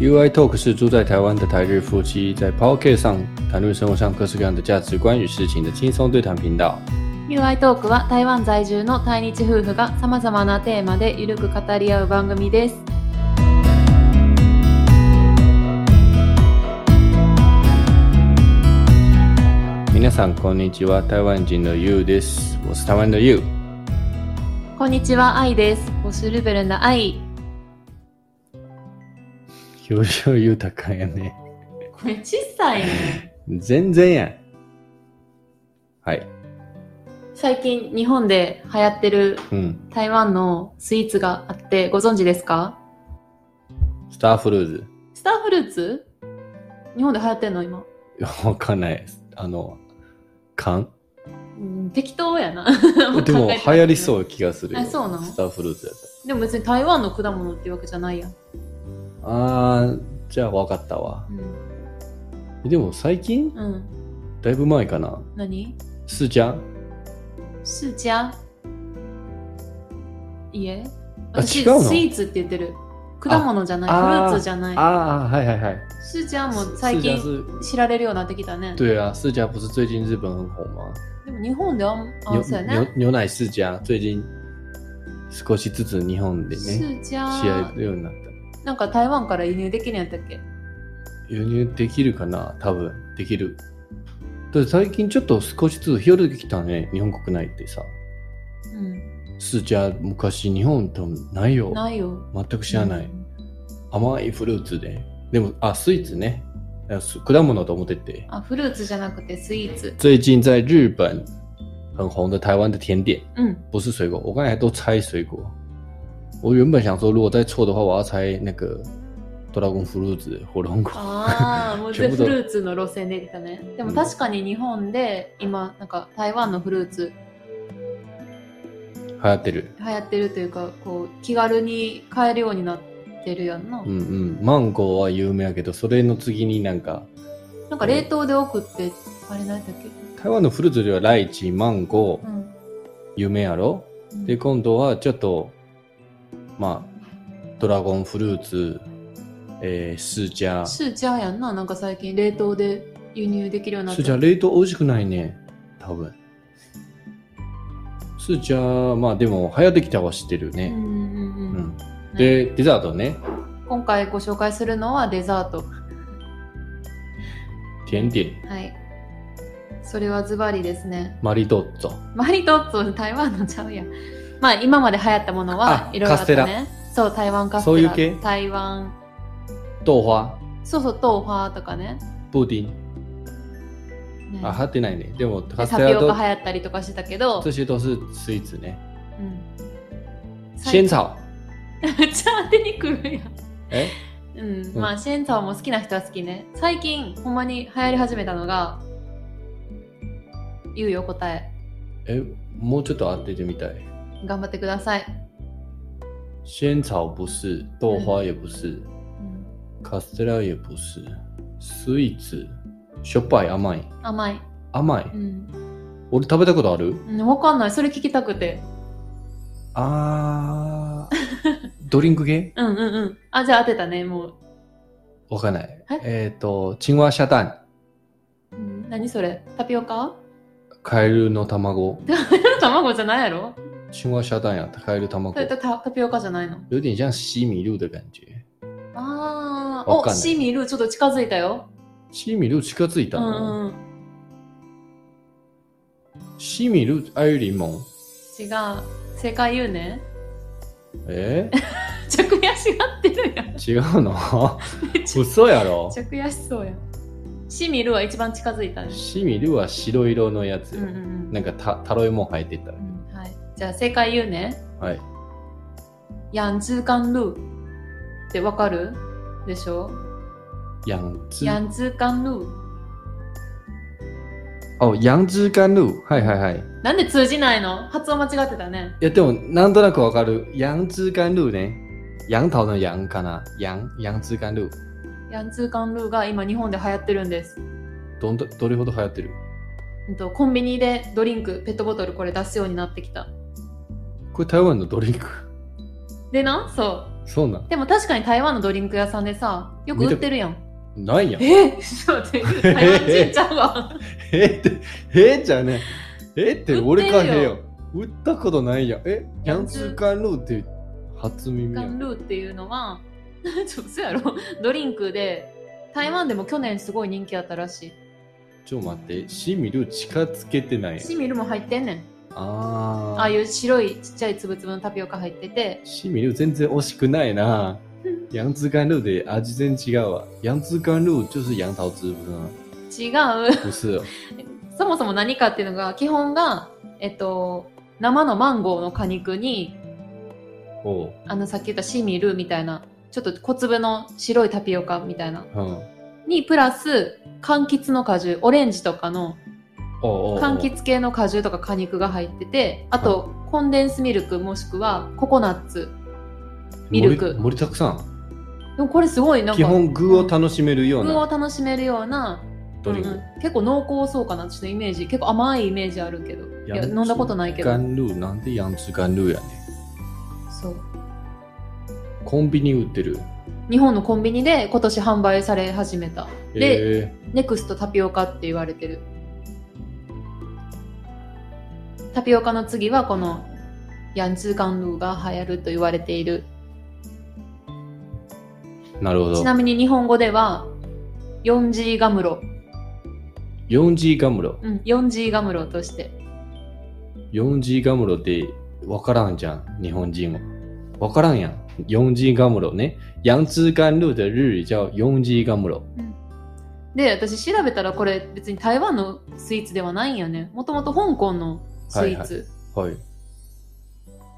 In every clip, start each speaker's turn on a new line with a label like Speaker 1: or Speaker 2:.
Speaker 1: UI Talk 是住在台湾的台日夫妻在 Pocket 上谈论生活上各式各样的价值观与事情的轻松对谈频道。
Speaker 2: UI トークは台湾在住の対日夫婦がさまざまなテーマでゆるく語り合う番組です。
Speaker 1: 皆さんこんにちは、台湾人の You です。我是台湾的 You。
Speaker 2: こんにちは、愛です。我是日本人的愛。
Speaker 1: 表情豊かやね。
Speaker 2: これ小さいね。
Speaker 1: 全然やん。はい。
Speaker 2: 最近日本で流行ってる
Speaker 1: うん。
Speaker 2: 台湾のスイーツがあってご存知ですか
Speaker 1: スターフルーズ。
Speaker 2: スターフルーツ日本で流行ってんの今。
Speaker 1: いやわかんないです。あの、缶
Speaker 2: うん、適当やな。。
Speaker 1: でも流行りそうう気がするよ。
Speaker 2: あそうなの
Speaker 1: スターフルーツやった
Speaker 2: でも別に台湾の果物っていうわけじゃないやん。
Speaker 1: ら。あー、じゃあわかったわ
Speaker 2: う。ん。
Speaker 1: えでも最近
Speaker 2: うん。
Speaker 1: だいぶ前かな。
Speaker 2: 何
Speaker 1: スーちゃん
Speaker 2: 世家いいえ
Speaker 1: あ
Speaker 2: 私
Speaker 1: 違うの
Speaker 2: スイーツって言ってる果物じゃないフ
Speaker 1: あ
Speaker 2: ルーツじゃない
Speaker 1: 啊，嗨嗨嗨！
Speaker 2: スーちゃんも
Speaker 1: 世
Speaker 2: 最
Speaker 1: 家
Speaker 2: 近
Speaker 1: 是，
Speaker 2: 知られるようになってきたね
Speaker 1: 对啊，世家不是最近日本很红吗？
Speaker 2: でも日本ではあんあ
Speaker 1: 牛
Speaker 2: そうや
Speaker 1: 牛
Speaker 2: ね
Speaker 1: 牛奶世家最近少しずつ日本で
Speaker 2: ス
Speaker 1: ね
Speaker 2: ーち
Speaker 1: 試合
Speaker 2: ゃん
Speaker 1: るようになった。
Speaker 2: なんか台湾から輸入できるんやったっけ
Speaker 1: 輸入できるかな多分できる。だって最近ちょっと少しずつ広げてきたね日本国内ってさ。
Speaker 2: うん
Speaker 1: 世家昔日本多分ないよ。
Speaker 2: ないよ
Speaker 1: 全く知らない。
Speaker 2: うん
Speaker 1: 甘いフルーツで。でもあスイーツね。あす果物と思ってて。
Speaker 2: あフルーツじゃなくてスイーツ
Speaker 1: 最近在日本很红的台湾的甜点，
Speaker 2: うん
Speaker 1: 不是水果。我刚才都猜水果，我原本想说，如果再错的话，我要猜那个多拉贡福禄子火龙果。
Speaker 2: ああもう
Speaker 1: 全
Speaker 2: 全部
Speaker 1: 部
Speaker 2: フ
Speaker 1: だ
Speaker 2: ルーツの路線できたねでも確かに日本で今なんか台湾のフルーツ
Speaker 1: 流行ってる。
Speaker 2: 流行ってるというかこう気軽に買えるようになってるやんな、
Speaker 1: うんうん。マンゴーは有名やけど、それの次になんか
Speaker 2: なんか冷凍で置くってあれなんだっけ、
Speaker 1: 台湾のフルーツではライチ、マンゴ
Speaker 2: う
Speaker 1: ー
Speaker 2: ん
Speaker 1: 有名やろ。
Speaker 2: うん
Speaker 1: で今度はちょっとまあドラゴンフルーツ、えー、スージャ
Speaker 2: スージャーやんななんか最近冷凍で輸入できるようになっ
Speaker 1: スジャ
Speaker 2: た
Speaker 1: 冷凍美味しくないね多分スジャまあでも流行ってきたは知ってる
Speaker 2: うんう
Speaker 1: ね、
Speaker 2: ん
Speaker 1: うん
Speaker 2: うんうん
Speaker 1: でデザートね
Speaker 2: 今回ご紹介するのはデザート
Speaker 1: 甜点
Speaker 2: はいそれはズバリですね
Speaker 1: マリトッツォ
Speaker 2: マリトッツォ台湾のちゃうやんまあ今まで流行ったもの
Speaker 1: あ
Speaker 2: はいろいろあった
Speaker 1: カ
Speaker 2: ねそう台湾カステラ
Speaker 1: そういう系
Speaker 2: 台湾
Speaker 1: 豆花
Speaker 2: そうそう豆花とかね
Speaker 1: プーディン
Speaker 2: ね
Speaker 1: あ流行ってないねでもカ
Speaker 2: で
Speaker 1: ス
Speaker 2: タ
Speaker 1: テ
Speaker 2: ピ
Speaker 1: ラ
Speaker 2: オ
Speaker 1: と
Speaker 2: カ流行ったりとかしてたけど
Speaker 1: 这些都是スイーツね
Speaker 2: うん
Speaker 1: 仙草
Speaker 2: めっちゃ当てにく るやん。
Speaker 1: え
Speaker 2: うん、
Speaker 1: うん
Speaker 2: まあ、シェンツァオも好きな人は好きね。最近、ほんまに流行り始めたのが、言うよ、答え。
Speaker 1: えもうちょっと当ててみたい
Speaker 2: 頑張ってください。
Speaker 1: 仙草不是豆花也不是、
Speaker 2: うん、
Speaker 1: カステラ也不是スイーツしょっぱい甘い
Speaker 2: 甘い。
Speaker 1: 甘い、
Speaker 2: うん。
Speaker 1: 俺食べたことある
Speaker 2: うんわかんない。それ聞きたくて。
Speaker 1: あー、ドリンク系
Speaker 2: うんうんうん。あ、じゃあ当てたね、もう。
Speaker 1: わかんないえ
Speaker 2: え。
Speaker 1: っ、と、チンワシャタン、
Speaker 2: うん、何それタピオカ
Speaker 1: カエルの卵。
Speaker 2: 卵じゃないやろ
Speaker 1: 青蛙下蛋呀，カエル卵
Speaker 2: そ。れとタタピオカじゃないの。
Speaker 1: 有点像西米露的感觉。
Speaker 2: ああ、
Speaker 1: わ
Speaker 2: お、
Speaker 1: かんない
Speaker 2: シーミールーちょっと近づいたよ。
Speaker 1: 西米露近づいうた
Speaker 2: ん
Speaker 1: の。
Speaker 2: うん。
Speaker 1: 西米露爱玉柠檬。
Speaker 2: 違う。正解言うね。
Speaker 1: え
Speaker 2: めっちゃ悔しがってるやん。めっ
Speaker 1: 違う の
Speaker 2: ちゃ
Speaker 1: 嘘やろ
Speaker 2: めっちゃ悔しそうやん。シミルは一番近づいたね。
Speaker 1: 西米露は白色のやつ
Speaker 2: うん。うん
Speaker 1: なんかた、タロイモ入ってた
Speaker 2: う。ん。はい。じゃあ正解言うね。
Speaker 1: はい。
Speaker 2: ヤンズーカンルーってわかるでしょ
Speaker 1: ヤンズ。
Speaker 2: ヤンズーカンルー。
Speaker 1: お、ヤンズ甘露。はいはいはい。い
Speaker 2: なんで通じないの発音間違ってたね。
Speaker 1: や、でも、なんとなくわかる。ヤンズ甘露ね。杨桃の杨かな。ヤン、ヤンズ甘露。
Speaker 2: ヤンズーカンルーが今日本で流行ってるんです。
Speaker 1: どんど、どれほど流行ってる
Speaker 2: うんとコンビニでドリンク、ペットボトルこれ出すようになってきた。
Speaker 1: これ台湾のドリンク。
Speaker 2: でな、そ う。
Speaker 1: そうなん
Speaker 2: でも確かに台湾のドリンク屋さんでさ、よく売ってるやん。
Speaker 1: ないやん。え
Speaker 2: え ちょっと待って、台湾人ちゃうわ。
Speaker 1: ーって、えーじゃねえ。えーって俺かへんよ
Speaker 2: 売。
Speaker 1: 売ったことないやん。え、キャンツーカンルーって初 耳や
Speaker 2: ガン
Speaker 1: ん。
Speaker 2: ルーっていうのは、ちょっとそうやろ、ドリンクで、台湾でも去年すごい人気あったらし
Speaker 1: ちょ待って、シミル近づけてない
Speaker 2: い。
Speaker 1: やん
Speaker 2: シミルも入ってんねん。
Speaker 1: あ
Speaker 2: あ
Speaker 1: あ
Speaker 2: あいう白いちっちゃいつぶつぶのタピオカ入ってて、
Speaker 1: シミル全然惜しくない な。ヤンツーカンルーで味全然違うわ。ヤンツーカンルー就是杨桃汁吗？
Speaker 2: 違う。
Speaker 1: 不是哦。
Speaker 2: そもそも何かっていうのが、基本が、えっと、生のマンゴーの果肉に、
Speaker 1: 哦，
Speaker 2: あのさっき言ったシミルみたいな、ちょっと小粒の白いタピオカみたいな、
Speaker 1: 嗯，
Speaker 2: にプラス、柑橘の果汁、オレンジとかの、
Speaker 1: 哦哦。
Speaker 2: 柑橘系の果汁とか果肉が入ってて、あと、コンデンスミルクもしくはココナッツ。ミルク
Speaker 1: 盛り盛りだくさん。
Speaker 2: でもこれすごいなんか、
Speaker 1: 基本具を楽しめるよう
Speaker 2: 具を
Speaker 1: な
Speaker 2: 楽しめるような、
Speaker 1: ドリンク。
Speaker 2: うんうん結構濃厚そうかな、ちょっとイメージ。結構甘いイメージあるけど。いや、飲んだことないけど
Speaker 1: ヤ。ンツーカンルーなんでヤンツーカンルーやねん。
Speaker 2: そう。
Speaker 1: コンビニ売ってる。
Speaker 2: 日本のコンビニで今年販売され始めた。で、
Speaker 1: え
Speaker 2: ネクストタピオカって言われてる。タピオカの次はこのヤンツーカンルーが流行ると言われている。
Speaker 1: ー、なるほ
Speaker 2: ち
Speaker 1: ど。
Speaker 2: なみに日本語では、ヨンジーガムロ。
Speaker 1: 4G ガムロ。
Speaker 2: うん、ヨンジーガムロとして。
Speaker 1: 4G ガムロってわからんじゃん、日本人も。わからんやん。4G ガムロね。ヤンツーカンルー的日语叫 4G ガムロ。
Speaker 2: で、私調べたらこれ別に台湾のスイーツではないんやね。もともと香港のスイーツ。
Speaker 1: はい。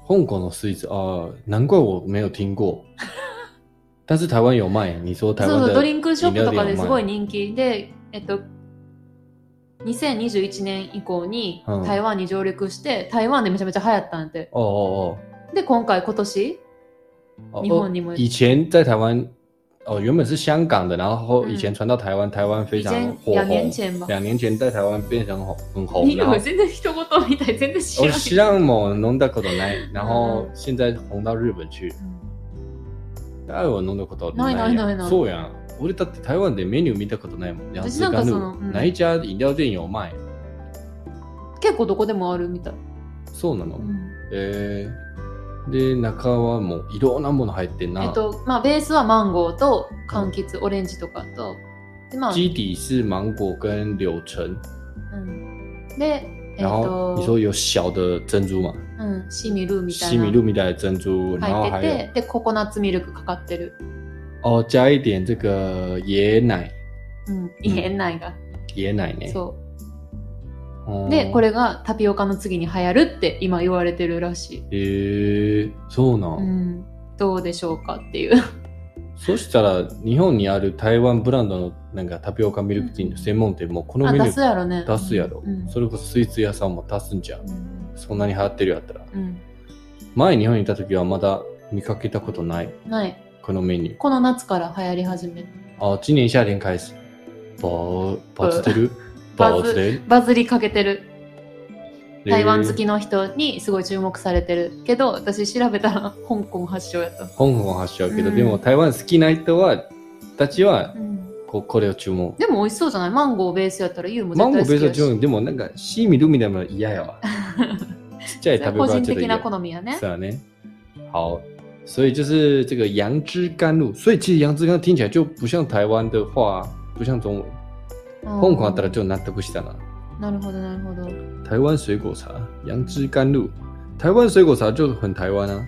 Speaker 1: 香港のスイーツ、ああ、難怪我没有听 过。但是台湾有卖。你说台
Speaker 2: そう
Speaker 1: 湾
Speaker 2: そう、ドリ
Speaker 1: 的
Speaker 2: ンクショップとかですごい人気で、えっと、2021年以降に
Speaker 1: うん
Speaker 2: 台湾に上陸して、台湾でめちゃめちゃ流行ったんやて。
Speaker 1: 哦哦
Speaker 2: で、今回今年、
Speaker 1: 哦哦，
Speaker 2: 日本にも
Speaker 1: 以前在台湾，哦，原本是香港的，然后
Speaker 2: 嗯
Speaker 1: 以前传到台湾，台湾非
Speaker 2: 以
Speaker 1: 常
Speaker 2: 前
Speaker 1: 火
Speaker 2: 2年
Speaker 1: 红。
Speaker 2: 前は。
Speaker 1: 两年前在台湾变成红很红，
Speaker 2: いや
Speaker 1: 然后
Speaker 2: 全然人事みたい、全然知
Speaker 1: 我
Speaker 2: らない。
Speaker 1: 知让某弄到口头来，然后现在红到日本去。台湾弄到口头
Speaker 2: ないないないない
Speaker 1: そうやん。俺だって台湾でメニュー見たことないもん。两
Speaker 2: 私
Speaker 1: 只
Speaker 2: なんか
Speaker 1: 甘露
Speaker 2: そのうん
Speaker 1: 哪一家飲料店有卖？
Speaker 2: 結構どこでもあるみたい。
Speaker 1: そうなの。
Speaker 2: うん
Speaker 1: えー、で中はもういろんなもの入ってんな。
Speaker 2: えっと、まあ、ベースはマンゴーと柑橘、オレンジとかと、で、まあ、
Speaker 1: 基底是芒果跟柳橙，
Speaker 2: うん、で、えっ
Speaker 1: 然后
Speaker 2: と、
Speaker 1: 你说有小的珍珠嘛，
Speaker 2: うん、シミルーみたい
Speaker 1: 西
Speaker 2: な。
Speaker 1: 米露米的珍珠，然
Speaker 2: 入
Speaker 1: 后
Speaker 2: って
Speaker 1: 还有
Speaker 2: て、で、ココナッツミルクかかってる。
Speaker 1: 哦，加一点这个椰奶，
Speaker 2: うん、家内が。
Speaker 1: 椰奶呢？
Speaker 2: そ
Speaker 1: 哦
Speaker 2: う。で、これがタピオカの次に流行るって今言われてるらしい。
Speaker 1: えー、そうな。
Speaker 2: うんん、どうでしょうかっていう。
Speaker 1: そしたら日本にある台湾ブランドのなんかタピオカミルクティーの専門店もこの
Speaker 2: あ、
Speaker 1: メニュ
Speaker 2: 出す
Speaker 1: ー
Speaker 2: やろね。
Speaker 1: 出すやろ
Speaker 2: う。ん。
Speaker 1: それこそスイーツ屋さんも出すんじゃん。
Speaker 2: うん
Speaker 1: そんなに流行ってるやったら。
Speaker 2: うん
Speaker 1: 前日本にいた時はまだ見かけたことない
Speaker 2: ない。
Speaker 1: このメニュー。
Speaker 2: この夏から流行り始める。
Speaker 1: 哦，今年夏天开始，保保持てる，
Speaker 2: バ
Speaker 1: 保持てる。
Speaker 2: バズりかけてる。台湾好
Speaker 1: えー。
Speaker 2: きの人にすごい注目されてるけど、私調べたら香港発祥やった。
Speaker 1: 香港発祥やけど、
Speaker 2: うん
Speaker 1: でも台湾好きな人はたちは
Speaker 2: うん
Speaker 1: ここれを注文。
Speaker 2: でも美味しそうじゃないマンゴーベースやったらユウも絶
Speaker 1: マンゴ
Speaker 2: 対
Speaker 1: ー
Speaker 2: 好き
Speaker 1: ベ
Speaker 2: やし。
Speaker 1: ースは注文。でもなんかシーミルみたいなのは嫌やわ。 ちっちゃい食べ
Speaker 2: 個
Speaker 1: 物は
Speaker 2: 人
Speaker 1: ちょっと
Speaker 2: 的
Speaker 1: 嫌。
Speaker 2: な好みやね
Speaker 1: 是。啊呢。好，所以就是这个杨枝甘露，所以其实杨枝甘露听起来就不像台湾的话，不像中文。
Speaker 2: 香
Speaker 1: 香港あったらちょっと納得したな。
Speaker 2: なるほどなるほど。
Speaker 1: 台湾水果茶，杨枝甘露。台湾水果茶就很台湾啊。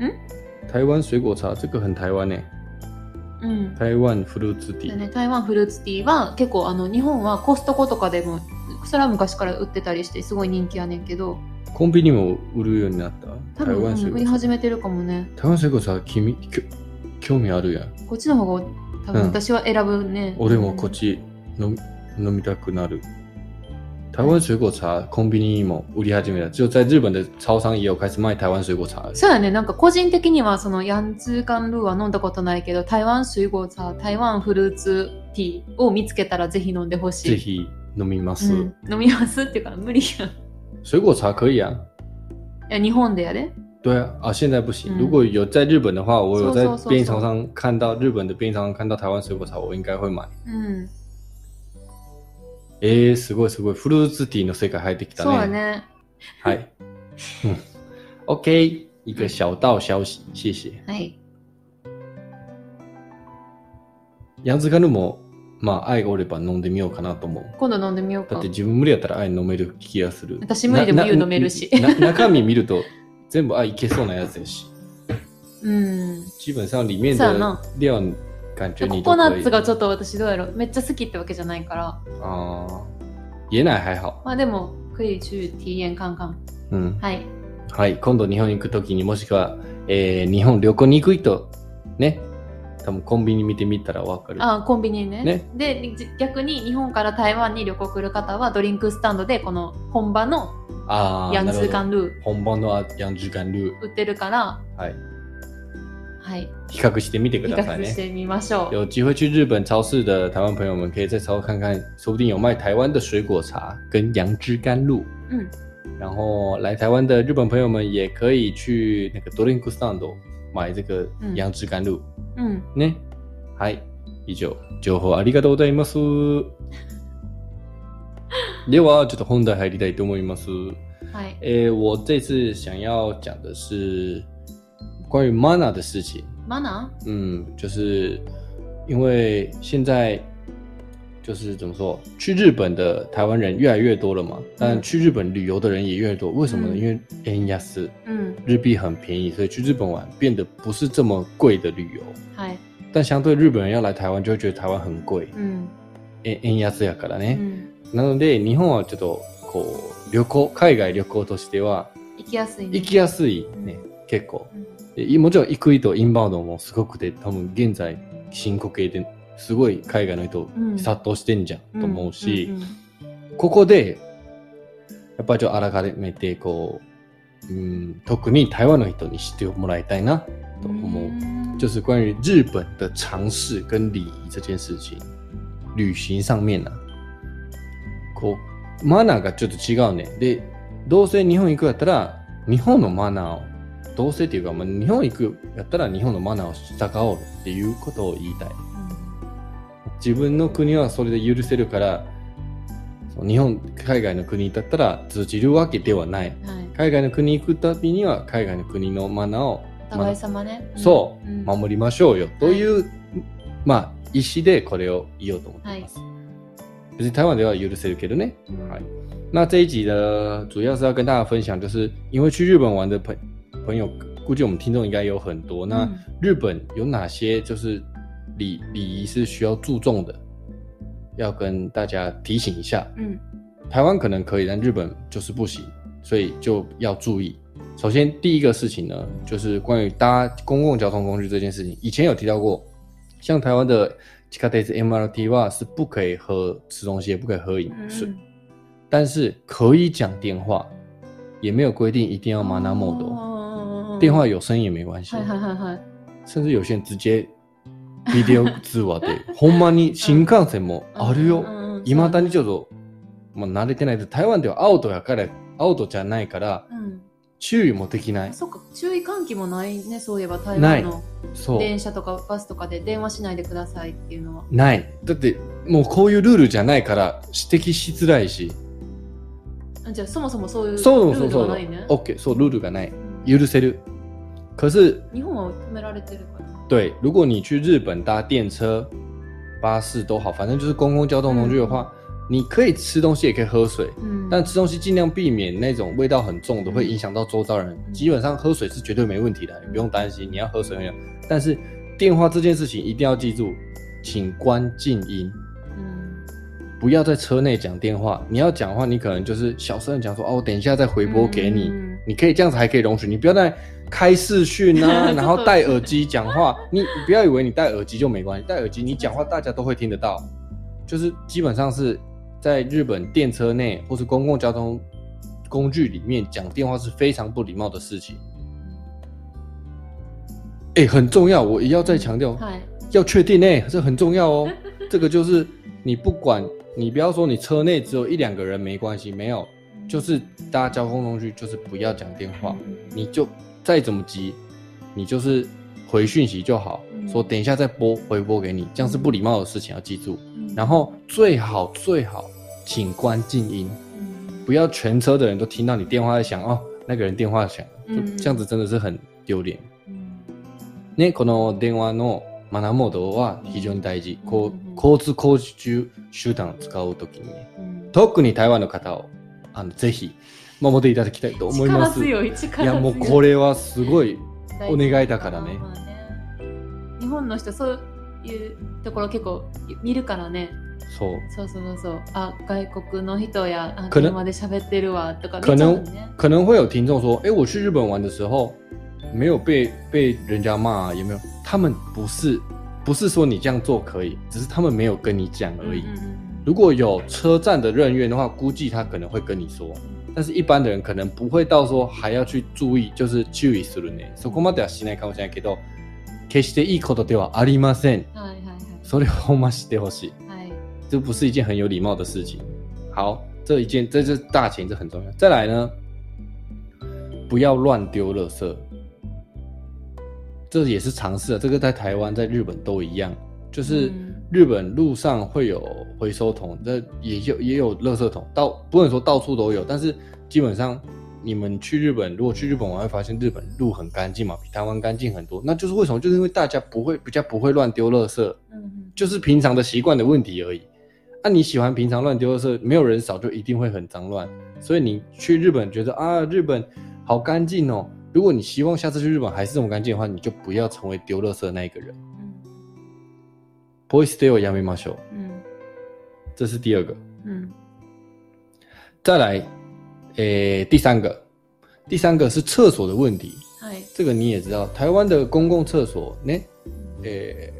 Speaker 2: 嗯？
Speaker 1: 台湾水果茶这个很台湾呢、
Speaker 2: うん。
Speaker 1: 台湾フルーツティ
Speaker 2: で
Speaker 1: ー。
Speaker 2: ね、台湾フルーツティーは結構あの日本はコストコとかでもそれは昔から売ってたりしてすごい人気やねんけど
Speaker 1: コンビニも売るようになった。
Speaker 2: 多
Speaker 1: 台
Speaker 2: 分
Speaker 1: 湾
Speaker 2: う
Speaker 1: 水
Speaker 2: ん売
Speaker 1: 果
Speaker 2: り
Speaker 1: 茶。
Speaker 2: 始めてるかもね
Speaker 1: 台湾水果茶、君、きょ興味あるやん。
Speaker 2: こっちの方が多分
Speaker 1: うん
Speaker 2: 私は選ぶね、
Speaker 1: 俺もこっち飲み飲みたくなる。台湾水果茶、コンビニも売り始めた。就在日本的超商也有开始卖台湾水果茶了。
Speaker 2: そうやねなんか個人的にはそのヤンツーカンルーは飲んだことないけど台湾水郷茶台湾フルーツティーを見つけたらぜひ飲んでほしい
Speaker 1: ぜひ飲みます。
Speaker 2: うん、飲みますっていうか無理やんい
Speaker 1: 水果茶可以啊。
Speaker 2: や日本でやで
Speaker 1: 对啊，啊，现在不行。
Speaker 2: 嗯
Speaker 1: 如果有在日本的话，我有在
Speaker 2: そうそうそうそう
Speaker 1: 便利超商看到日本的便利超商看到台湾水果茶，我应该会买。
Speaker 2: うん。
Speaker 1: えー、すごいすごい。フルーツティーの世界入ってきた
Speaker 2: そう
Speaker 1: ね。
Speaker 2: だね。
Speaker 1: はい。うん OK，一个小道消息，谢谢。
Speaker 2: はい。
Speaker 1: ヤンズガルも、まあ、愛がおれば飲んでみようかなと思う。
Speaker 2: 今度飲んでみよう
Speaker 1: だ
Speaker 2: か
Speaker 1: って。自分無理やったら愛飲める気がする。
Speaker 2: 私無理でも
Speaker 1: なな
Speaker 2: 湯飲めるし
Speaker 1: な中身見ると、全部愛いけそうなやつやし。
Speaker 2: うん。
Speaker 1: 基本上里面
Speaker 2: そうや
Speaker 1: 的
Speaker 2: な
Speaker 1: 料理感觉
Speaker 2: コ
Speaker 1: 你
Speaker 2: コ
Speaker 1: 都
Speaker 2: ナ
Speaker 1: 可
Speaker 2: ッ
Speaker 1: 以
Speaker 2: ツ。がちょっと私どうやろめっちゃ好きってわけじゃないから。
Speaker 1: あー椰奶还好。
Speaker 2: まあでも、可以去体验看看。
Speaker 1: うん。
Speaker 2: はい。
Speaker 1: はい。今度日本行くときにもしくは、えー日本旅行に行くと、ね。多分コンビニ見てみたらわかる。
Speaker 2: あ、コンビニね。
Speaker 1: ね
Speaker 2: で、じ逆に日本から台湾に旅行来る方は、ドリンクスタンドでこの本場の
Speaker 1: あー
Speaker 2: ヤン
Speaker 1: な
Speaker 2: ズ
Speaker 1: る
Speaker 2: ー
Speaker 1: ほ
Speaker 2: カ
Speaker 1: ど。
Speaker 2: ンル
Speaker 1: 本番のヤンズガンル
Speaker 2: ー売ってるから、
Speaker 1: ー。はい。
Speaker 2: はい。
Speaker 1: 比較してみてく
Speaker 2: 比
Speaker 1: ださい
Speaker 2: 較
Speaker 1: ね
Speaker 2: し。てみましょう。
Speaker 1: 有机会去日本超市的台湾朋友们，可以在超市看看，说不定有卖台湾的水果茶跟杨枝甘露。
Speaker 2: 嗯，
Speaker 1: 然后来台湾的日本朋友们也可以去那个 Drink Stand 买这个
Speaker 2: 嗯
Speaker 1: 杨枝甘露。
Speaker 2: うん。
Speaker 1: ね、はい、以上情報ありがとうございます。 ではちょっと本題入りたいと思います。
Speaker 2: はい。
Speaker 1: 诶，我这次想要讲的是关于 mana 的事情。
Speaker 2: マナ
Speaker 1: 嗯，就是因为现在就是怎么说，去日本的台湾人越来越多了嘛，但去日本旅游的人也越来越多。为什么呢？
Speaker 2: 嗯
Speaker 1: 因为 N 亚斯
Speaker 2: ーうん。
Speaker 1: 日币很便宜，所以去日本玩变得不是这么贵的旅游。
Speaker 2: はい。
Speaker 1: 但相对日本人要来台湾，就会觉得台湾很贵。
Speaker 2: うん。
Speaker 1: 円円安やから
Speaker 2: う
Speaker 1: ね。
Speaker 2: ん。
Speaker 1: なので日本はちょっとこう旅行海外旅行としては
Speaker 2: 行きやすいね。
Speaker 1: 行きやすいね、結構。
Speaker 2: うん
Speaker 1: でいもちろん行く人インバウンドもすごくて多分現在進行形ですごい海外の人
Speaker 2: うん
Speaker 1: 殺到してんじゃんと思うし、
Speaker 2: んんん
Speaker 1: ここでやっぱりちょっと改めてこう、うん、特に台湾の人に知ってもらいたいなと思う、
Speaker 2: うん
Speaker 1: 就是关于日本的尝试跟礼仪这件事情旅行上面呢、こうマナーがちょっと違うねでどうせ日本行くやったら日本のマナーをどうせっていうか、まあ、日本行くやったら日本のマナーを従おうっていうことを言いたい自分の国はそれで許せるからそう日本海外の国だったら通じるわけではない
Speaker 2: うんはい。
Speaker 1: 海外の国行くたびには海外の国のマナーを
Speaker 2: お互い様ね。
Speaker 1: そう
Speaker 2: うん。うん
Speaker 1: 守りましょうよという、まあ意思でこれを言おうと思っています。別に台湾では許せるけどね。はい。那这一集呢，主要是要跟大家分享，就是因为去日本玩的朋朋友，估计我们听众应该有很多。那
Speaker 2: うん
Speaker 1: 日本有哪些就是礼礼仪是需要注重的，要跟大家提醒一下。
Speaker 2: うん。
Speaker 1: 台湾可能可以，但日本就是不行，所以就要注意。首先，第一个事情呢，就是关于搭公共交通工具这件事情，以前有提到过，像台湾的 c h i k a t e MRT 哇是不可以喝吃东西，也不可以喝饮
Speaker 2: うん
Speaker 1: 水，但是可以讲电话，也没有规定一定要马纳莫多，
Speaker 2: あー
Speaker 1: 电话有声音也没关系
Speaker 2: は，いはいはいはい。
Speaker 1: 甚至有些人直接 video 通話 で、ほんまに新幹線も
Speaker 2: 嗯
Speaker 1: あるよ。いまだにちょっ
Speaker 2: と。
Speaker 1: と、まあ、慣れてないです台湾ではアウトやからアウトじゃないから
Speaker 2: うん。
Speaker 1: 注意もできない
Speaker 2: そっか、注意喚起もないね、そういえば台
Speaker 1: ない
Speaker 2: 湾の
Speaker 1: そう
Speaker 2: 電車とかバスとかで電話しないでくださいっていうのは。
Speaker 1: ないだってもうこういうルールじゃないから指摘しづらいし
Speaker 2: あじゃあそもそもそういうル
Speaker 1: そう
Speaker 2: ー
Speaker 1: そう
Speaker 2: ル
Speaker 1: そ
Speaker 2: が
Speaker 1: う
Speaker 2: ないね。
Speaker 1: OK そうルールがない
Speaker 2: うん
Speaker 1: 許せる可是
Speaker 2: 日本は止められてるから。
Speaker 1: 对如果你去日本搭电车巴士都好反正就是公共交通工具的话、你可以吃东西也可以喝水
Speaker 2: うん。
Speaker 1: 但吃东西尽量避免那种味道很重的，会影响到周遭人。
Speaker 2: 嗯
Speaker 1: 基本上喝水是绝对没问题的，你不用担心。你要喝水很有，但是电话这件事情一定要记住，请关静音，
Speaker 2: うん
Speaker 1: 不要在车内讲电话。你要讲话，你可能就是小声的讲说：“哦，我等一下再回拨给你。
Speaker 2: うん
Speaker 1: 你可以这样子，还可以容许你不要再开视讯啊，然后戴耳机讲话。你你不要以为你戴耳机就没关系，戴耳机你讲话大家都会听得到。就是基本上是在日本电车内或是公共交通工具里面讲电话是非常不礼貌的事情。哎、很重要，我也要再强调，
Speaker 2: はい。
Speaker 1: 要确定哎、这很重要哦。 这个就是你不管你不要说你车内只有一两个人没关系，没有，就是搭交通工具就是不要讲电话。你就再怎么急，你就是回讯息就好，
Speaker 2: 嗯
Speaker 1: 说等一下再拨回拨给你，这样是不礼貌的事情，要记住。
Speaker 2: 嗯
Speaker 1: 然后最好最好，请关静音，
Speaker 2: 嗯
Speaker 1: 不要全车的人都听到你电话在响哦，那个人电话响，就
Speaker 2: 嗯
Speaker 1: 这样子真的是很丢脸。
Speaker 2: うん
Speaker 1: ね、この電話のマナーモードは非常に大事。こ
Speaker 2: う
Speaker 1: う
Speaker 2: ん
Speaker 1: 交通工事中手段を使うときにね、
Speaker 2: うん
Speaker 1: 特に台湾の方をあのぜひ守っていただきたいと思いま
Speaker 2: 力
Speaker 1: す。い
Speaker 2: 強い力強い
Speaker 1: やもうこれはすごい。お願いだからね
Speaker 2: まあ日本の人そういうところ結構見るからね
Speaker 1: そう。
Speaker 2: そうそうそうそうあ外国の人やあ
Speaker 1: 可能
Speaker 2: 車で喋ってるわとか
Speaker 1: 可
Speaker 2: 見ちゃう
Speaker 1: 能
Speaker 2: もんね
Speaker 1: 可能会有听众说，哎、我去日本玩的时候没有被被人家骂、啊，有没有？他们不是不是说你这样做可以，只是他们没有跟你讲而已。
Speaker 2: うんうん
Speaker 1: 如果有车站的人员的话，估计他可能会跟你说，但是一般的人可能不会到说还要去注意，就是注意するね。そこまではしないかもしれないけど、決していいことではありません。
Speaker 2: うんはいはいは
Speaker 1: それをほんま知ってほしい。
Speaker 2: いはい
Speaker 1: 这不是一件很有礼貌的事情。好，这一件，这是大前提，这很重要。再来呢，不要乱丢垃圾，这也是常识啊。这个在台湾、在日本都一样，就是
Speaker 2: 嗯
Speaker 1: 日本路上会有回收桶，这也有也有垃圾桶，到不能说到处都有，但是基本上。你们去日本，如果去日本玩，会发现日本路很干净嘛，比台湾干净很多。那就是为什么？就是因为大家不会比较不会乱丢垃圾，
Speaker 2: うんうん
Speaker 1: 就是平常的习惯的问题而已。那、你喜欢平常乱丢的时候，没有人扫就一定会很脏乱。所以你去日本觉得啊，日本好干净哦。如果你希望下次去日本还是这么干净的话，你就不要成为丢垃圾的那一个人。ポイ捨てをやめましょう。
Speaker 2: うん
Speaker 1: 这是第二个。
Speaker 2: うん
Speaker 1: 再来，诶、第三个，第三个是厕所的问题。
Speaker 2: はい
Speaker 1: 这个你也知道，台湾的公共厕所呢，诶、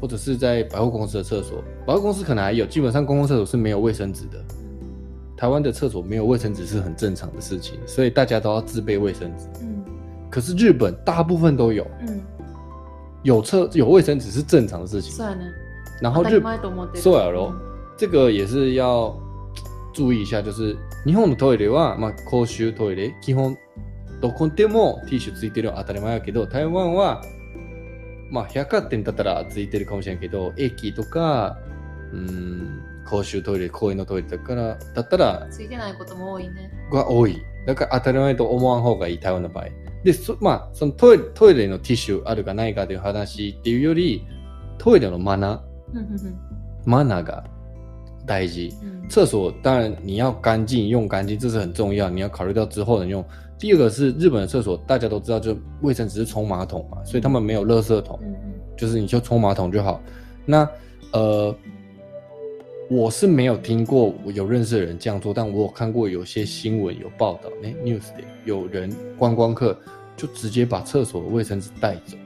Speaker 1: 或者是在百货公司的厕所，百货公司可能还有，基本上公共厕所是没有卫生纸的。台湾的厕所没有卫生纸是很正常的事情，所以大家都要自备卫生纸。
Speaker 2: うん
Speaker 1: 可是日本大部分都有，
Speaker 2: うん
Speaker 1: 有厕有卫生纸是正常的事情
Speaker 2: そ。うやね
Speaker 1: 然后
Speaker 2: 当た
Speaker 1: 日
Speaker 2: り前と思ってる
Speaker 1: そうやろ
Speaker 2: ん
Speaker 1: 这个也是要嘖注意一下，就是日本のトイレはまあ公衆トイレ基本どこでもティッシュついてるのは当たり前やけど、台湾はまあ百貨店だったらついてるかもしれんけど、駅とかうーん公衆トイレ公園のトイレだからだったら
Speaker 2: ついてないことも多いね
Speaker 1: が多い。だから当たり前と思わん方がいい台湾の場合。で、そまあ、そのトイレトイレのティッシュあるかないかという話っていうより、トイレのマナ
Speaker 2: うんうん
Speaker 1: ー、マナーが大事。
Speaker 2: うんうん
Speaker 1: 厕所当然你要干净，用干净这是很重要，你要考虑到之后能用。第二个是日本的厕所，大家都知道，就卫生纸是冲马桶嘛，所以他们没有垃圾桶
Speaker 2: う，ん
Speaker 1: 就是你就冲马桶就好。那呃，我是没有听过我有认识的人这样做，但我有看过有些新闻有报道，那 news 的有人观光客就直接把厕所的卫生纸带走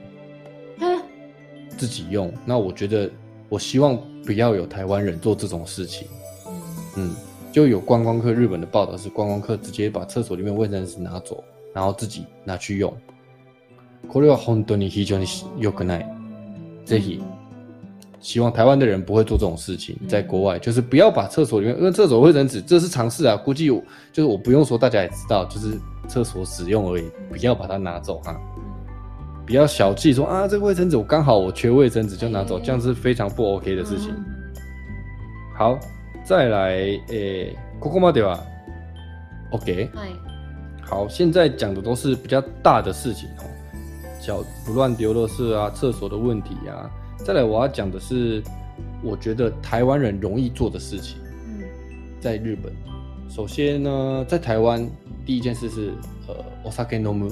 Speaker 2: え
Speaker 1: 自己用。那我觉得，我希望不要有台湾人做这种事情。嗯，就有观光客日本的报道是观光客直接把厕所里面卫生纸拿走，然后自己拿去用。これは本当に非常に良くない。ぜひ希望台湾的人不会做这种事情，
Speaker 2: 嗯
Speaker 1: 在国外就是不要把厕所里面，因为厕所卫生纸这是常识啊，估计我就是我不用说，大家也知道，就是厕所使用而已，不要把它拿走哈、不要小气说啊，这个卫生纸我刚好我缺卫生纸就拿走，
Speaker 2: 嗯
Speaker 1: 这样是非常不 OK 的事情。
Speaker 2: 嗯
Speaker 1: 好，再来，诶、ここまでは OK。
Speaker 2: はい
Speaker 1: 好，现在讲的都是比较大的事情哦，小不乱丢垃圾啊，厕所的问题啊。再来，我要讲的是，我觉得台湾人容易做的事情，
Speaker 2: うん
Speaker 1: 在日本，首先呢，在台湾第一件事是，呃，osake no mu，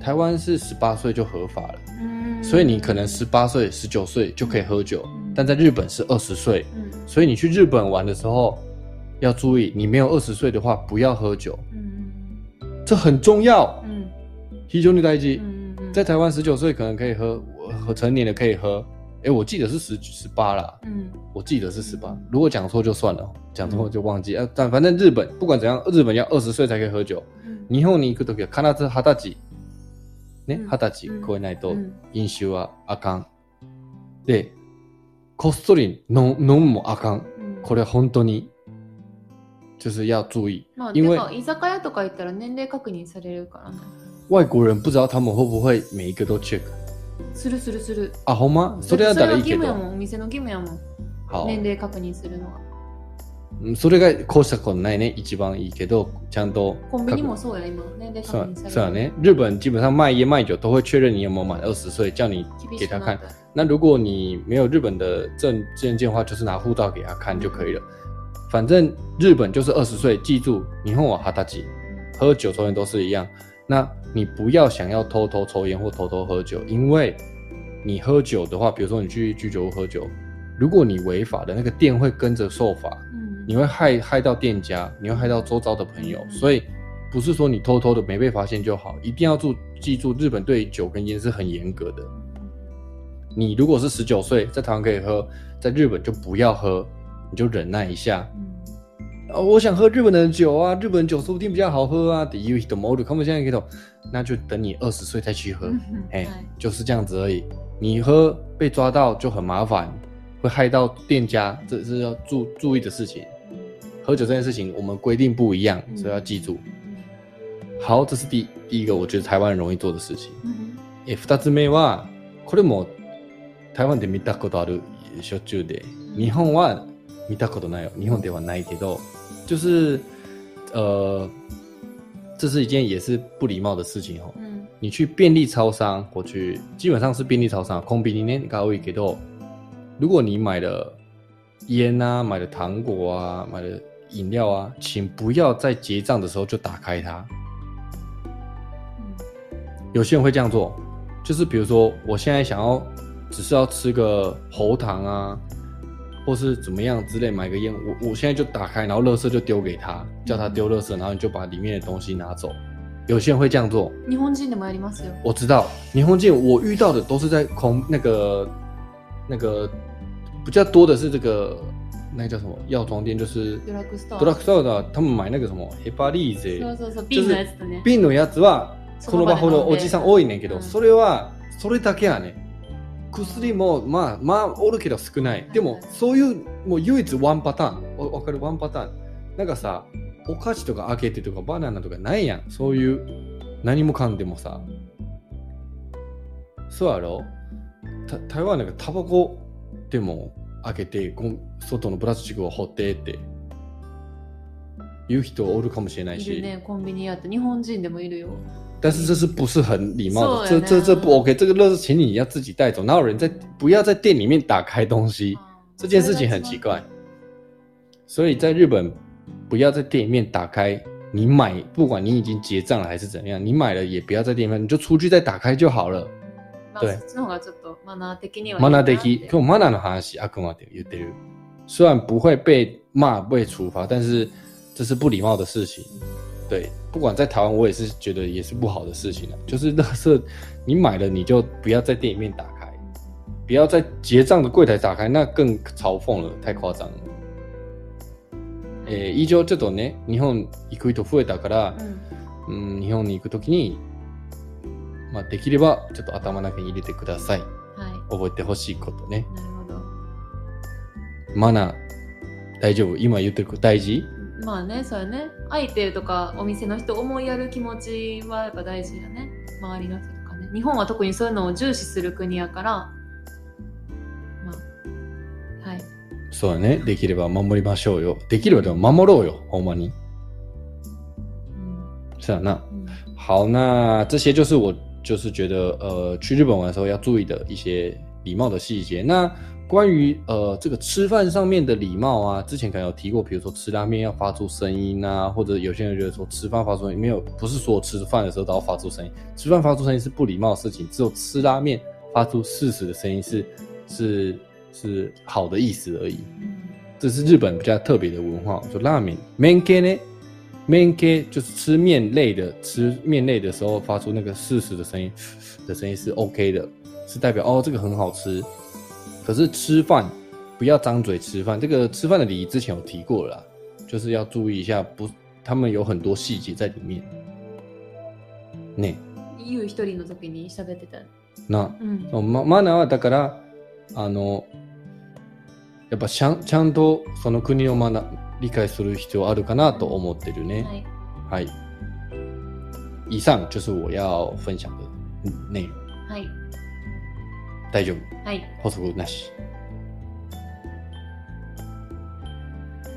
Speaker 1: 台湾是十八岁就合法了，
Speaker 2: うん
Speaker 1: 所以你可能十八岁、十九岁就可以喝酒，但在日本是二十岁，
Speaker 2: うん
Speaker 1: 所以你去日本玩的时候要注意，你没有二十岁的话不要喝酒，
Speaker 2: うん
Speaker 1: 这很重要
Speaker 2: う。ん
Speaker 1: 啤酒你代机。
Speaker 2: うんうん
Speaker 1: 在台湾十九岁可能可以喝，和成年的可以喝。哎、我记得是十十八啦，
Speaker 2: うん
Speaker 1: 我记得是十
Speaker 2: 嗯
Speaker 1: 八。如果讲错就算了，讲错就忘记。啊，但反正日本不管怎样，日本要二十岁才可以喝酒。
Speaker 2: うん
Speaker 1: 日本に行くときは必ず二十歳。ね、
Speaker 2: うん
Speaker 1: 二十歳超えないと
Speaker 2: 嗯うん
Speaker 1: 飲酒はあかん。で、こっそり飲飲むもあかん。
Speaker 2: うん
Speaker 1: これ本当に、就是要注意。
Speaker 2: まあ
Speaker 1: 因
Speaker 2: で
Speaker 1: 为
Speaker 2: も居酒屋とか行ったら年齢確認されるからね
Speaker 1: 外国人不知道他们会不会每一个都 check。啊
Speaker 2: するするする。
Speaker 1: あ、ほんまそれだったらいいけ
Speaker 2: それは義務や
Speaker 1: ど。
Speaker 2: もん、お店の義務やもん。
Speaker 1: 好
Speaker 2: 年齢確認するのは。
Speaker 1: うんそれがこうしたことないね。一番いいけど、ちゃんと確認。
Speaker 2: コンビニもそうや、今。年齢確
Speaker 1: 算
Speaker 2: 認される。
Speaker 1: 算了呢，日本基本上卖烟卖酒都会确认你有没有满二十岁，叫你
Speaker 2: 厳
Speaker 1: 给
Speaker 2: しく
Speaker 1: 他
Speaker 2: なっ
Speaker 1: 看。
Speaker 2: た。
Speaker 1: 那如果你没有日本的证证件的话，就是拿护照给他看就可以了。反正日本就是二十岁，记住，你和我哈达吉喝酒抽烟都是一样。那你不要想要偷偷抽烟或偷偷喝酒，因为你喝酒的话，比如说你去居酒屋喝酒，如果你违法的那个店会跟着受罚。
Speaker 2: うん
Speaker 1: 你会害害到店家，你会害到周遭的朋友，
Speaker 2: 嗯
Speaker 1: 所以不是说你偷偷的没被发现就好，一定要注记住，日本对酒跟烟是很严格的。你如果是十九岁，在台湾可以喝，在日本就不要喝，你就忍耐一下。
Speaker 2: うん
Speaker 1: 哦，我想喝日本的酒啊，日本酒说不定比较好喝啊。The you the m o d e 看不见 get 那就等你二十岁再去喝，
Speaker 2: うん
Speaker 1: 哎
Speaker 2: はい
Speaker 1: 就是这样子而已。你喝被抓到就很麻烦，会害到店家，这是要注注意的事情。喝酒这件事情，我们规定不一样，
Speaker 2: 嗯
Speaker 1: 所以要记住。
Speaker 2: うん
Speaker 1: 好，这是第第一个，我觉得台湾人容易做的事情。
Speaker 2: うん
Speaker 1: え、二つ目は、これも台湾で見たことあるしょっちゅうで、日本は見たことないよ。日本ではないけど、就是呃，这是一件也是不礼貌的事情哦。
Speaker 2: うん
Speaker 1: 你去便利超商，我去基本上是便利超商，空比你呢高位给到。如果你买了烟啊，买了糖果啊，买了饮料啊，请不要在结账的时候就打开它。有些人会这样做，就是比如说我现在想要只是要吃个喉糖啊，或是怎么样之类，买个烟，我我现在就打开，然后垃圾就丢给他，叫他丢垃圾，然后你就把里面的东西拿走。有些人会这样做，
Speaker 2: 日本人でもやりますよ。
Speaker 1: 我知道霓虹镜，我遇到的都是在空那个那个比较多的是这个那个叫什么药妆店，就是
Speaker 2: ドラッグストア。
Speaker 1: ドラッグストア的，他们买那个什么ヘパリー
Speaker 2: そ
Speaker 1: ゼ
Speaker 2: うそうそう、瓶のやつとね。
Speaker 1: 瓶のやつはその場ほどおじさん多いねんけ
Speaker 2: う
Speaker 1: ど、
Speaker 2: ん
Speaker 1: それはそれだけやね。薬もまあまあおるけど少ない。でもそういうもう唯一ワンパターン、おわかるワンパターン。なんかさ、お菓子とか開けてとかバナナとかないやん。そういう何もかんでもさ。そうやろた台湾なんかタバコでも開けてこん外のプラスチックを掘ってって言う人おるかもしれない
Speaker 2: い
Speaker 1: し、
Speaker 2: るね、コンビニやって。日本人でもいるよ。
Speaker 1: 但是这是不是很礼貌的？
Speaker 2: 是
Speaker 1: 这
Speaker 2: 啊
Speaker 1: 这这不
Speaker 2: 那
Speaker 1: OK，这个乐事请你要自己带走，哪有人在不要在店里面打开东西？
Speaker 2: 嗯
Speaker 1: 这件事情很奇怪。所以在日本，不要在店里面打开。你买，不管你已经结账了还是怎样，你买了也不要在店里面，你就出去再打开就好了。
Speaker 2: まあ
Speaker 1: 对
Speaker 2: そっちの方がちょっとマナー的にはいい
Speaker 1: マ
Speaker 2: な
Speaker 1: ナ
Speaker 2: っ
Speaker 1: ー
Speaker 2: て
Speaker 1: 的，跟我マナーの話あくまで言ってる。虽然不会被骂、被处罚，但是这是不礼貌的事情。对，不管在台湾，我也是觉得也是不好的事情啊。就是垃圾，你买了你就不要在店里面打开，不要在结账的柜台打开，那更嘲讽了，太夸张了。えー以上ちょっとね、日本行く人増えたから、うん、日本に行くときに、まあ、できればちょっと頭の中に入れてください。
Speaker 2: うんは
Speaker 1: 覚えてほしいことね。
Speaker 2: い。なるほど。
Speaker 1: マナー、大丈夫今言ってること大事
Speaker 2: まあね、そうやね。相手とかお店の人思いやる気持ちはやっぱ大事やね。周りの人とかね。日本は特にそういうのを重視する国やから。まあ、はい。
Speaker 1: そうだね。できれば守りましょうよ。できればでも守ろうよ。ほんまに。
Speaker 2: うん
Speaker 1: 是啊，那
Speaker 2: うん
Speaker 1: 好，那这些就是我就是觉得呃，去日本玩的时候要注意的一些礼貌的细节。那关于呃这个吃饭上面的礼貌啊，之前可能有提过，比如说吃拉面要发出声音啊，或者有些人觉得说吃饭发出声音没有，不是所有吃饭的时候都要发出声音，吃饭发出声音是不礼貌的事情，只有吃拉面发出适时的声音是是是好的意思而已。这是日本比较特别的文化，就拉面。面系呢，面系就是吃面类的，吃面类的时候发出那个适时的声音的声音是 OK 的，是代表哦这个很好吃。可是吃饭不要张嘴吃饭，这个吃饭的礼仪之前有提过了啦，就是要注意一下，不，他们有很多细节在里面。ね、
Speaker 2: ゆう一人の時に喋ってた。
Speaker 1: 那
Speaker 2: うん。
Speaker 1: そうママナーはだからあのやっぱちゃんちゃんとその国をマナー理解する必要あるかなと思ってるね。
Speaker 2: はい。
Speaker 1: はい、以上就是我要分享的嗯内容。
Speaker 2: はい。
Speaker 1: 大丈夫。
Speaker 2: はい。
Speaker 1: 補足なし。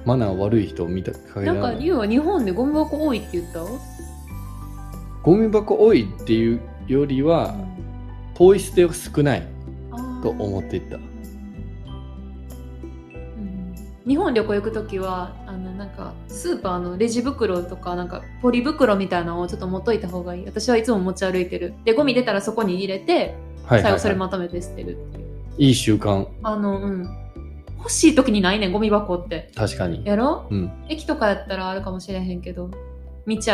Speaker 1: マナー悪い人を見たか
Speaker 2: なんか、リュウは日本でゴミ箱多いって言った
Speaker 1: ゴミ箱多いっていうよりは、ポイ捨てが少ないと思っていった。
Speaker 2: うん日本旅行行く時はあのなんかスーパーのレジ袋とかなんかポリ袋みたいなのをちょっと持っといた方がいい私はいつも持ち歩いてるでゴミ出たらそこに入れて
Speaker 1: はいは
Speaker 2: 最
Speaker 1: い、
Speaker 2: 後それ
Speaker 1: は
Speaker 2: まとめて捨てるっていう
Speaker 1: い。いい習慣、
Speaker 2: あのうん欲しい時にないねんゴミ箱って
Speaker 1: 確かに。
Speaker 2: やろ
Speaker 1: うん。
Speaker 2: 駅とかやったらあるかもしれへんけど道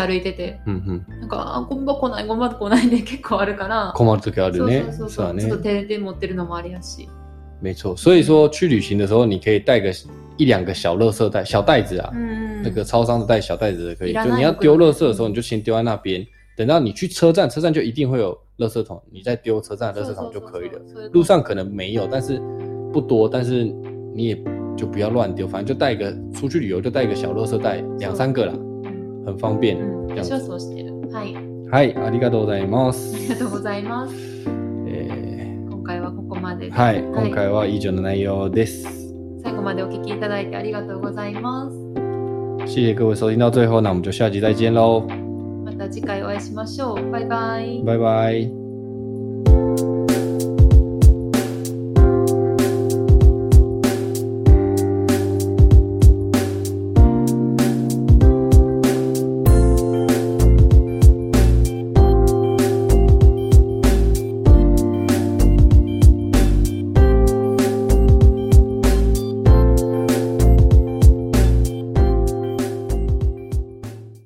Speaker 2: 歩いてて
Speaker 1: うんうん。
Speaker 2: なんかあゴミ箱ないゴミ箱ないで結構あるから
Speaker 1: 困るときあるね。
Speaker 2: そうそう
Speaker 1: そだ
Speaker 2: そううそう、
Speaker 1: ね
Speaker 2: ちょっと手で持ってるのもありやし
Speaker 1: 没错，所以说去旅行的时候，你可以带个一两个小垃圾袋、小袋子啊，
Speaker 2: うん
Speaker 1: 那个超商的带小袋子的可以。
Speaker 2: いら
Speaker 1: 就
Speaker 2: ない
Speaker 1: 你要丢垃圾的时候，你就先丢在那边，等到你去车站，车站就一定会有垃圾桶，你再丢车站的垃圾桶就可以了。
Speaker 2: そうそうそうそう
Speaker 1: 路上可能没有，但是不多，但是你也就不要乱丢，反正就带一个出去旅游就带一个小垃圾袋，两三个啦，很方便。
Speaker 2: うん
Speaker 1: 这样
Speaker 2: 私
Speaker 1: 子
Speaker 2: はそうしてるはい
Speaker 1: はい、ありがとうございます
Speaker 2: あ。りがとうございます。
Speaker 1: え
Speaker 2: 今回はここまで
Speaker 1: ー
Speaker 2: で
Speaker 1: はい、今回は以上の内容です。
Speaker 2: 最後までお聞きいただいてありがとうございます。
Speaker 1: 谢谢各位收听到最后，那我们就下集再见喽，
Speaker 2: また次回お会いしましょう。バイバイ。
Speaker 1: 拜拜。